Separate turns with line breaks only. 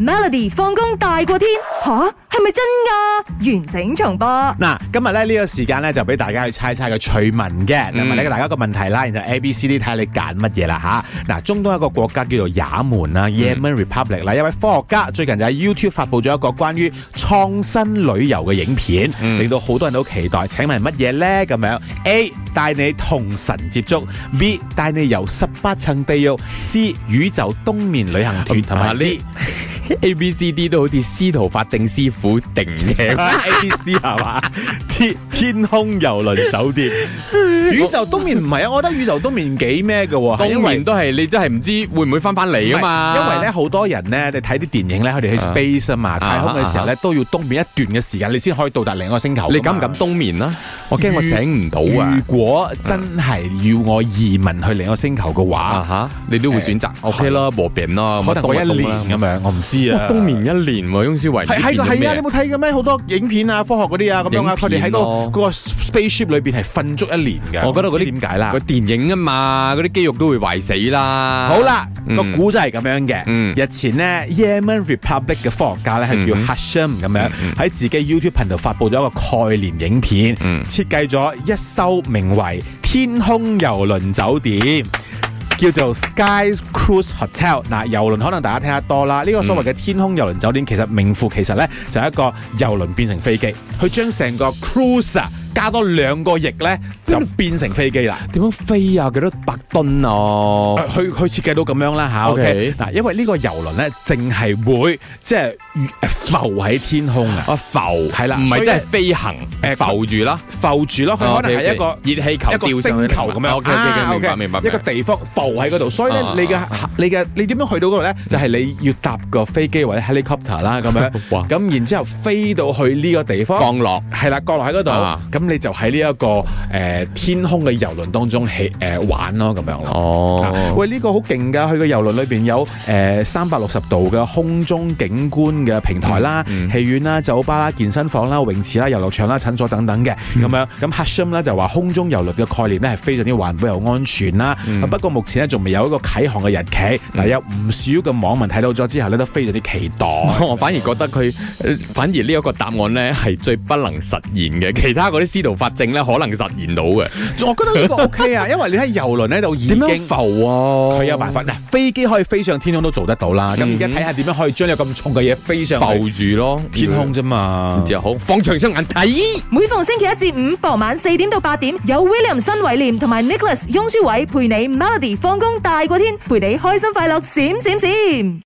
Melody 放工大過天吓，係咪真㗎？完整重播。
嗱，今日咧呢個時間咧就俾大家去猜猜個趣聞嘅，
嗯
咁啊呢個大家一個問題啦，然後 A、B、C、D 睇下你揀乜嘢啦吓。嗱，中東一個國家叫做也門
嗯
啦，Yemen Republic 啦，一位科學家最近就喺 YouTube 發布咗一個關於創新旅遊嘅影片，
嗯
令到好多人都期待。請問係乜嘢咧？咁樣 A 帶你同神接觸，B 帶你遊十八層地獄，C 宇宙東面旅行團，同
啊
埋
呢
D
A、B、C、D 都好似司徒法正師傅定嘅。
A、B、C 係嘛？天天空遊輪酒 店，宇宙東面唔係啊，我覺得宇宙東面幾咩嘅喎，係因
當
為
然都係你真係唔知會唔會翻翻嚟啊嘛。
因為咧好多人咧，你睇啲電影咧，佢哋去
啊
space 啊嘛，太空嘅時候咧都要東面一段嘅時間，你先可以到達另一個星球㗎嘛。
你敢唔敢冬眠啦？我驚我醒唔到啊
如！果真係要我移民去另一個星球嘅
啊
話，
哈，你都會選擇 OK 啦，磨餅啦，
可能我一年咁
咁
樣，我唔知啊。
冬眠一年喎，翁思維
係喺個係啊！你
係
冇睇嘅咩？好多影片啊、科學嗰啲啊咁樣啊，佢哋
影
喺
片
個
咯
嗰個 spaceship 裏邊係瞓足一年嘅。
我覺得嗰
唔知
啲
點解啦
個？電影啊嘛，嗰啲肌肉都會壞死啦。
好，啦，
嗯
個古仔係咁樣嘅。
嗯
日前呢 Yemen Republic 嘅科學家咧係叫 Hashim 咁
嗯
樣，喺自己 YouTube 頻道發布咗一個概念影片，
嗯
設計咗一艘名為天空遊輪酒店。叫做 Sky Cruise Hotel，嗱遊輪可能大家聽得多啦。呢、個所謂嘅
嗯
天空遊輪酒店，其實名副其實呢，就係一個遊輪變成飛機，佢將成個 cruise 啊加多兩個翼呢，就變成飛機啦。
點樣飛啊？幾多百噸啊？
呃去去設計到咁樣啦吓
OK
OK，嗱，因為呢個遊輪咧，淨係會即係呃浮喺天空啊，
啊浮
係啦
唔
所以
係真係飛行，
誒
浮住啦。
浮住咯，
啊
佢可能係一個。
熱氣球
一個
吊上
星
去
球咁樣
OK OK，
啊
明白明白。
一個地方浮喺嗰度，所以咧
啊啊
你嘅你嘅你點樣去到嗰度咧？就係你要搭個飛機或者 helicopter 啦咁樣，
哇
咁然之後飛到去呢個地方，
降落
係啦，降落喺嗰
啊
度，咁你就喺呢一個誒天空嘅遊輪當中起誒玩咯咁樣咯。啊
哦，
喂，呢、個好勁㗎！佢個遊輪裏邊有誒三百六十度嘅空中景觀嘅平台啦、
嗯嗯
戲院啦、酒吧啦、健身房啦、泳池啦、遊樂場啦、診所等等嘅
嗯
咁樣。咁 Hashim 咧就話空中遊輪嘅概念咧係非常之環保又安全啦。
嗯
不過目前咧仲未有一個啟航嘅日期。嗱、有唔少嘅網民睇到咗之後咧都非常之期待。
我反而覺得佢，呃反而呢一個答案咧係最不能實現嘅，其他嗰啲司徒法正咧可能實現到嘅。
我覺得呢個 OK 啊，因為你喺遊輪呢度已經
浮啊
佢有辦法。嗱，飛機可以飛上天空都做得到啦。咁
嗯
而家睇下點樣可以將有咁重嘅嘢飛上去
浮住咯，
天空啫嘛
然。之後好放長雙眼睇。
每逢星期一至五傍晚四點到八點，有 William 新偉廉同埋 Nicholas 雍舒偉陪你 Melody 放工大過天，陪你開心快樂閃閃閃。